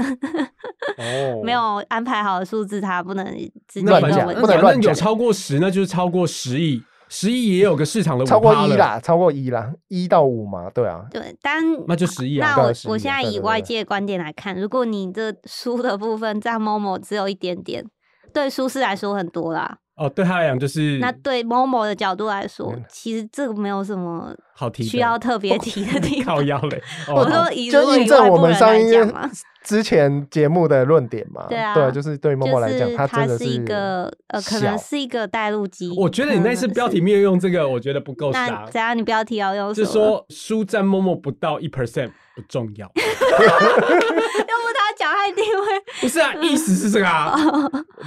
Speaker 2: 哦
Speaker 5: 没。有安排好的数字，他不能直接
Speaker 2: 那
Speaker 1: 乱
Speaker 5: 问
Speaker 2: 反
Speaker 1: 讲
Speaker 2: 正
Speaker 1: 不能
Speaker 5: 问。
Speaker 1: 乱
Speaker 2: 反正有
Speaker 1: 讲
Speaker 2: 超过十，那就是超过十亿，十亿也有个市场的
Speaker 1: 超过
Speaker 2: 5%
Speaker 1: 一
Speaker 2: 了，
Speaker 1: 啦，超过一啦，一到五嘛，对啊，
Speaker 5: 对，但
Speaker 2: 那就十亿啊
Speaker 5: 那
Speaker 1: 对
Speaker 5: 我
Speaker 1: 11
Speaker 5: 我
Speaker 1: 啊
Speaker 5: 现在
Speaker 1: 对
Speaker 5: 以
Speaker 1: 对对
Speaker 5: 外界观点来看，如果你这书的部分占某某只有一点点，对舒适来说很多啦。
Speaker 2: 哦，对他来讲就是
Speaker 5: 那对某某的角度来说
Speaker 1: 嗯，
Speaker 5: 其实这个没有什么
Speaker 2: 好提的哦
Speaker 5: 需要特别提的地
Speaker 2: 靠
Speaker 5: 方。
Speaker 2: 腰
Speaker 5: (laughs)
Speaker 2: 嘞。
Speaker 5: 我
Speaker 2: 哦，好
Speaker 5: 说以如
Speaker 1: 就
Speaker 5: 果
Speaker 1: 印
Speaker 5: 以
Speaker 1: 证
Speaker 5: 外
Speaker 1: 我
Speaker 5: 部
Speaker 1: 们
Speaker 5: 人
Speaker 1: 上
Speaker 5: 来
Speaker 1: 一
Speaker 5: 讲嘛，
Speaker 1: (laughs) 之前节目的论点嘛，
Speaker 5: 对
Speaker 1: 对
Speaker 5: 啊
Speaker 1: 就是对默默来
Speaker 5: 就
Speaker 1: 讲，
Speaker 5: 是
Speaker 1: 他真的
Speaker 5: 是一个呃，可
Speaker 1: 小
Speaker 5: 能是一个带路机。
Speaker 2: 我觉得你那次
Speaker 5: 可能
Speaker 2: 标题
Speaker 5: 是
Speaker 2: 没有用这个，我觉得不够
Speaker 5: 那
Speaker 2: 杀。
Speaker 5: 怎样？你标题要用什
Speaker 2: 就
Speaker 5: 么？
Speaker 2: 说书占默默不到一 percent 不重要，
Speaker 5: 要不他讲他一定会
Speaker 2: 不是啊，意思是这个啊，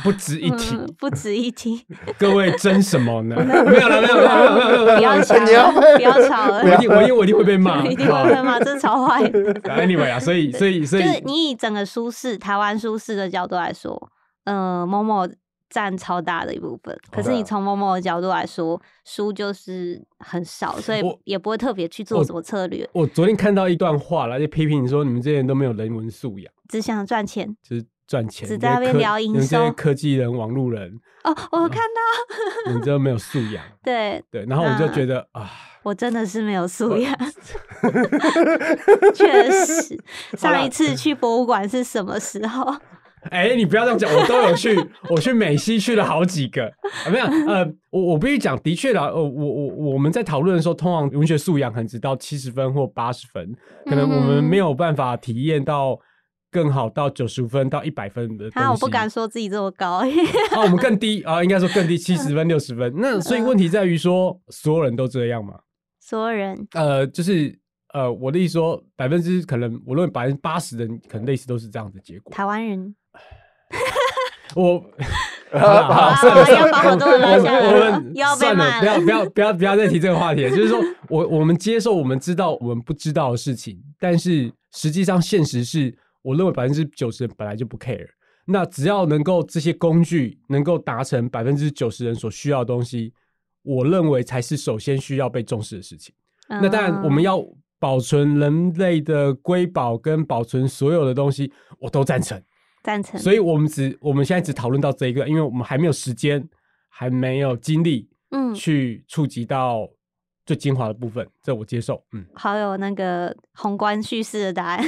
Speaker 2: 不值 (laughs) 一提。
Speaker 5: 嗯不值一
Speaker 1: (laughs)
Speaker 5: 提。
Speaker 2: 各位争什么呢？没有了，没有了，没有了没有了，没有了
Speaker 5: 不要吵
Speaker 1: 你要
Speaker 5: 了，不要吵了
Speaker 1: (laughs)
Speaker 2: 我一，定，我一定，我一定会
Speaker 5: (laughs)
Speaker 2: 被骂。啊
Speaker 5: 一定
Speaker 2: 好
Speaker 5: 会被骂，这超坏的。
Speaker 2: Anyway 啊，所以，所以，所
Speaker 5: 就
Speaker 2: 以，
Speaker 5: 是你以整个舒适台湾舒适的角度来说，呃，某某占超大的一部分。可是
Speaker 1: 对啊
Speaker 5: 你从某某的角度来说，书就是很少，所以
Speaker 2: 我
Speaker 5: 也不会特别去
Speaker 2: 我
Speaker 5: 做什么策略，
Speaker 2: 我昨天看到一段话了，就批评说你们这些人都没有人文素养，
Speaker 5: 只想赚钱。
Speaker 2: 就是赚钱，
Speaker 5: 只在那边
Speaker 2: 你们科
Speaker 5: 聊营
Speaker 2: 你们这些
Speaker 5: 收
Speaker 2: 科技人、网路人，
Speaker 5: 哦，
Speaker 2: 嗯
Speaker 5: 我看到，
Speaker 2: 你们都没有素养。
Speaker 5: 对
Speaker 2: 对，然后我就觉得啊，
Speaker 5: 我真的是没有素
Speaker 2: (laughs)
Speaker 5: 养，确实。上一次去博物馆是什么时候？
Speaker 2: 哎，你不要这
Speaker 5: (laughs)
Speaker 2: 样讲，我都有去，我去美西去了好几个，啊、没有，呃，我我必须讲，的确啦，呃，我我我们在讨论的时候，通常文学素养可能只到七十分或八十分，可
Speaker 5: 嗯
Speaker 2: 能我们没有办法体验到更好到九十分到一百分的东西。
Speaker 5: 啊，我不敢说自己这么高， (laughs)
Speaker 2: 啊，我们更低啊，应该说更低，七十分、六十分。
Speaker 5: 嗯
Speaker 2: 那所以问题在于说，所有人都这样嘛？
Speaker 5: 所有人
Speaker 2: 呃，就是呃，我的意思说，百分之可能我认为百分之八十的人可能类似都是这样的结果。
Speaker 5: 台湾人
Speaker 2: 我
Speaker 5: (laughs)
Speaker 1: 啊
Speaker 2: 好啦
Speaker 5: 好
Speaker 2: 好
Speaker 5: 啦
Speaker 2: 啦
Speaker 5: 要把好多人拉下来
Speaker 2: 我
Speaker 5: 了
Speaker 2: 们
Speaker 5: 又要被
Speaker 2: 算了，
Speaker 5: 骂
Speaker 2: 不要
Speaker 5: 了
Speaker 2: 不要不要不要再提这个话题了。就是说我 (laughs) 我们接受我们知道我们不知道的事情，但是实际上现实是，我认为百分之九十本来就不 care。那只要能够这些工具能够达成百分之九十人所需要的
Speaker 5: 啊
Speaker 2: 东西，我认为才是首先需要被重视的事情。那当然，我们
Speaker 5: 要
Speaker 2: 要保存人类的瑰宝跟保存所有的东西，我都赞成。
Speaker 5: 赞成。
Speaker 2: 所以我们只我们现在只讨论到这一个，因为我们还没有时间，还没有精力
Speaker 5: 嗯，
Speaker 2: 去触及到最精华的部分，这我接受。嗯，
Speaker 5: 好有那个宏观叙事的答案。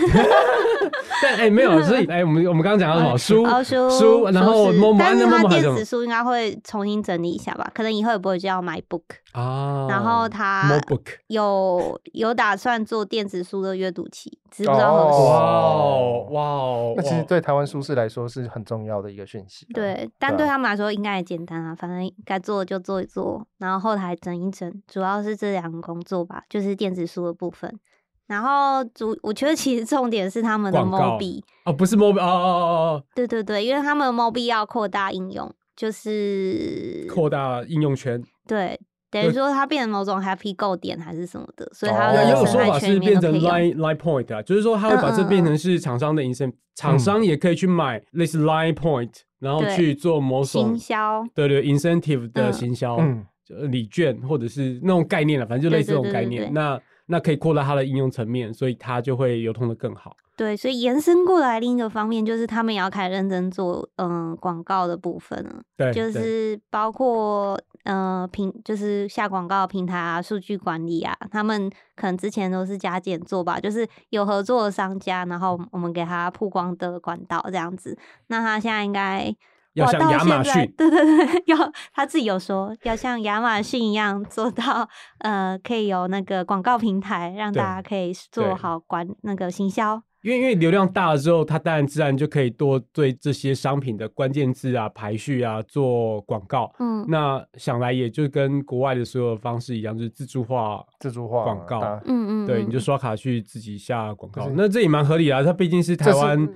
Speaker 2: 但哎、没有，所以哎、我们我们刚刚讲到什
Speaker 5: (laughs)
Speaker 2: 么书？
Speaker 5: 哦书
Speaker 2: 书，然后
Speaker 5: 是
Speaker 2: 默默，
Speaker 5: 但是
Speaker 2: 那默
Speaker 5: 它
Speaker 2: 默还
Speaker 5: 电
Speaker 2: 有什
Speaker 5: 子
Speaker 2: 么
Speaker 5: 书应该会重新整理一下吧，可能以后也不会叫 My Book。
Speaker 2: 啊？
Speaker 5: 然后它
Speaker 2: more book，
Speaker 5: 有有打算做电子书的阅读器，只是不知道何时。
Speaker 2: 哇
Speaker 1: 哦
Speaker 2: 哦哇哦，
Speaker 1: 那其
Speaker 2: 哇
Speaker 1: 实对台湾舒适来说是很重要的一个讯息啊。
Speaker 5: 对，但
Speaker 1: 啊
Speaker 5: 对他们来说应该也简单啊，反正该做的就做一做，然后后台整一整，主要是这两个工作吧，就是电子书的部分。然后主，我觉得其实重点是他们的
Speaker 2: 广告
Speaker 5: Mobi，
Speaker 2: 哦，不是 mobile 哦哦哦
Speaker 5: 对对对，因为他们 Mobi 要扩大应用，就是
Speaker 2: 哦，扩大应用圈。
Speaker 5: 对，等于
Speaker 2: 对
Speaker 5: 说它变成某种 Happy Go 点还是什么的，所以
Speaker 1: 哦
Speaker 5: 它
Speaker 2: 有
Speaker 5: 的
Speaker 2: 有
Speaker 5: 生
Speaker 2: 说
Speaker 5: 态
Speaker 2: 法
Speaker 5: 呃圈里
Speaker 2: 是
Speaker 5: 面
Speaker 2: 变
Speaker 5: 都
Speaker 2: 成
Speaker 5: 可以用。嗯
Speaker 2: line line point 啊，就是说它会把这变成是厂商的 incentive，厂商也可以去买类似 line point，然后
Speaker 5: 对
Speaker 2: 去做某种
Speaker 5: 行销，
Speaker 2: 对对 incentive 的
Speaker 5: 嗯
Speaker 2: 行销
Speaker 1: 嗯，
Speaker 2: 就呃礼券或者是那种概念了，反正就类似这种
Speaker 5: 对
Speaker 2: 概
Speaker 5: 对对对对
Speaker 2: 念。那那可以扩大它的应用层面，所以它就会流通的更好。
Speaker 5: 对，所以延伸过来另一个方面就是他们也要开始认真做嗯广告的部分了。
Speaker 2: 对，
Speaker 5: 就
Speaker 2: 对
Speaker 5: 是包括呃平，就是下广告的平台啊、数据管理啊，他们可能之前都是加减做吧，就是有合作的商家，然后我们给他曝光的管道这样子。那他现在应该
Speaker 2: 要
Speaker 5: 哇
Speaker 2: 像
Speaker 5: 到
Speaker 2: 亚
Speaker 5: 现
Speaker 2: 马
Speaker 5: 在
Speaker 2: 逊
Speaker 5: 对对对，要他自己有说要像亚马逊一样做到呃，可以有那个广告平台，让
Speaker 2: 对
Speaker 5: 大家可以
Speaker 2: 对
Speaker 5: 做好管那个行销。
Speaker 2: 因为因为流量大了之后，它当然自然就可以多对这些商品的关键字啊、排序啊做广告。
Speaker 5: 嗯
Speaker 2: 那想来也就跟国外的所有方式一样，就是自助化
Speaker 1: 自助化
Speaker 2: 广
Speaker 1: 嘛
Speaker 2: 告
Speaker 1: 啊
Speaker 5: 嗯嗯，
Speaker 2: 对，你就
Speaker 5: 嗯
Speaker 2: 刷卡去自己下广告
Speaker 1: 是，
Speaker 2: 那这也蛮合理啊。它毕竟是台湾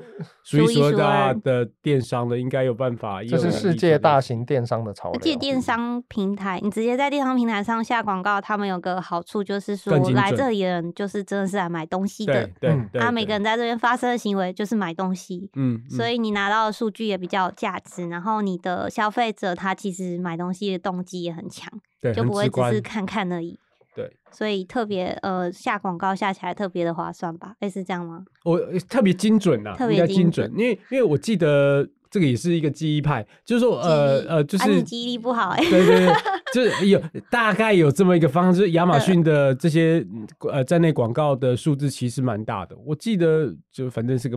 Speaker 2: 数一
Speaker 5: 数一
Speaker 2: 数二
Speaker 5: 数
Speaker 2: 大
Speaker 5: 二
Speaker 2: 的电商了，应该有办法。也
Speaker 1: 这
Speaker 2: 有
Speaker 1: 是
Speaker 2: 能
Speaker 1: 世
Speaker 2: 力
Speaker 1: 界
Speaker 2: 做
Speaker 1: 大
Speaker 2: 这
Speaker 1: 型电商的潮
Speaker 5: 而
Speaker 1: 流。
Speaker 5: 且
Speaker 2: 嗯
Speaker 5: 电商平台，你直接在电商平台上下广告，他们有个好处就是说
Speaker 2: 更，精
Speaker 5: 来
Speaker 2: 准
Speaker 5: 这里的人就是真的是来买东西
Speaker 2: 件
Speaker 5: 的
Speaker 2: 事。，对对
Speaker 1: 嗯
Speaker 2: 对，
Speaker 5: 啊，每个
Speaker 2: 对
Speaker 5: 人在这边发生的行为就是买东西，
Speaker 2: 嗯，
Speaker 5: 所
Speaker 2: 以
Speaker 5: 以你拿到的数据也比较有价值。然后你的消费者他其实买东西的动机也很强，
Speaker 2: 对
Speaker 5: 就
Speaker 2: 很
Speaker 5: 不会
Speaker 2: 直
Speaker 5: 只是
Speaker 2: 观
Speaker 5: 看看而已。
Speaker 2: 对，
Speaker 5: 所以特别呃下广告下起来特别的划算吧？类似这样吗？
Speaker 2: 我呃特别精准啊，
Speaker 5: 特
Speaker 2: 应
Speaker 5: 别
Speaker 2: 该精
Speaker 5: 精
Speaker 2: 准
Speaker 5: 准，
Speaker 2: 因为因为我记得这个也是一个记忆派，就是说呃
Speaker 5: 记忆
Speaker 2: 呃，就
Speaker 5: 啊你
Speaker 2: 是
Speaker 5: 记忆力不好哎、
Speaker 2: 对
Speaker 5: (laughs)
Speaker 2: 对对，就是有大概有这么一个方向，就是亚马
Speaker 5: 嗯
Speaker 2: 逊的这些呃站内广告的数字其实蛮大的，我记得就反正是个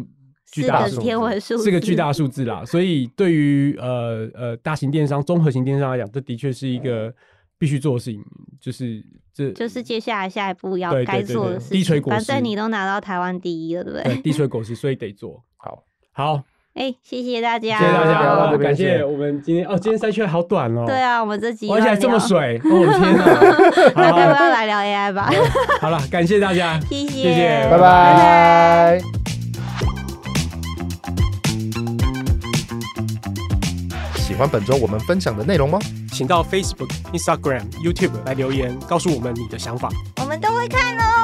Speaker 2: 巨
Speaker 5: 是
Speaker 2: 大
Speaker 5: 个
Speaker 2: 的数字
Speaker 5: 天文数字，
Speaker 2: 是个巨大的数字啦，所以对于呃呃大型电商、综合型电商来讲，这的确是一个必须做的事情，就是这
Speaker 5: 就是接下来下一步要
Speaker 2: 对对
Speaker 5: 该
Speaker 2: 对
Speaker 5: 做
Speaker 2: 对
Speaker 5: 的事情。
Speaker 2: 低垂果
Speaker 5: 反
Speaker 2: 实
Speaker 5: 正你都拿到台湾第一了，对不
Speaker 2: 对
Speaker 5: 对？
Speaker 2: 低垂果实，所以得做
Speaker 1: 好。
Speaker 2: 好。
Speaker 5: 哎、谢谢大家，
Speaker 2: 谢谢大
Speaker 1: 聊到
Speaker 2: 家，
Speaker 1: 这边
Speaker 2: 感
Speaker 1: 谢谢
Speaker 2: 谢我们今天哦，今天塞圈好短哦，
Speaker 5: 对，啊，我们这集
Speaker 2: 而且还
Speaker 5: 乱
Speaker 2: 这么
Speaker 5: 聊， (laughs)
Speaker 2: 水，哦我的天哪！
Speaker 5: 那要
Speaker 2: 好
Speaker 5: 不要来聊 AI 吧？
Speaker 2: 好了，感谢大家，
Speaker 5: 谢谢，
Speaker 2: 谢谢
Speaker 1: 拜拜。喜欢本周我们分享的内容吗？
Speaker 6: 请到 Facebook、Instagram、YouTube 来留言，告诉我们你的想法。
Speaker 5: 我们都会看哦。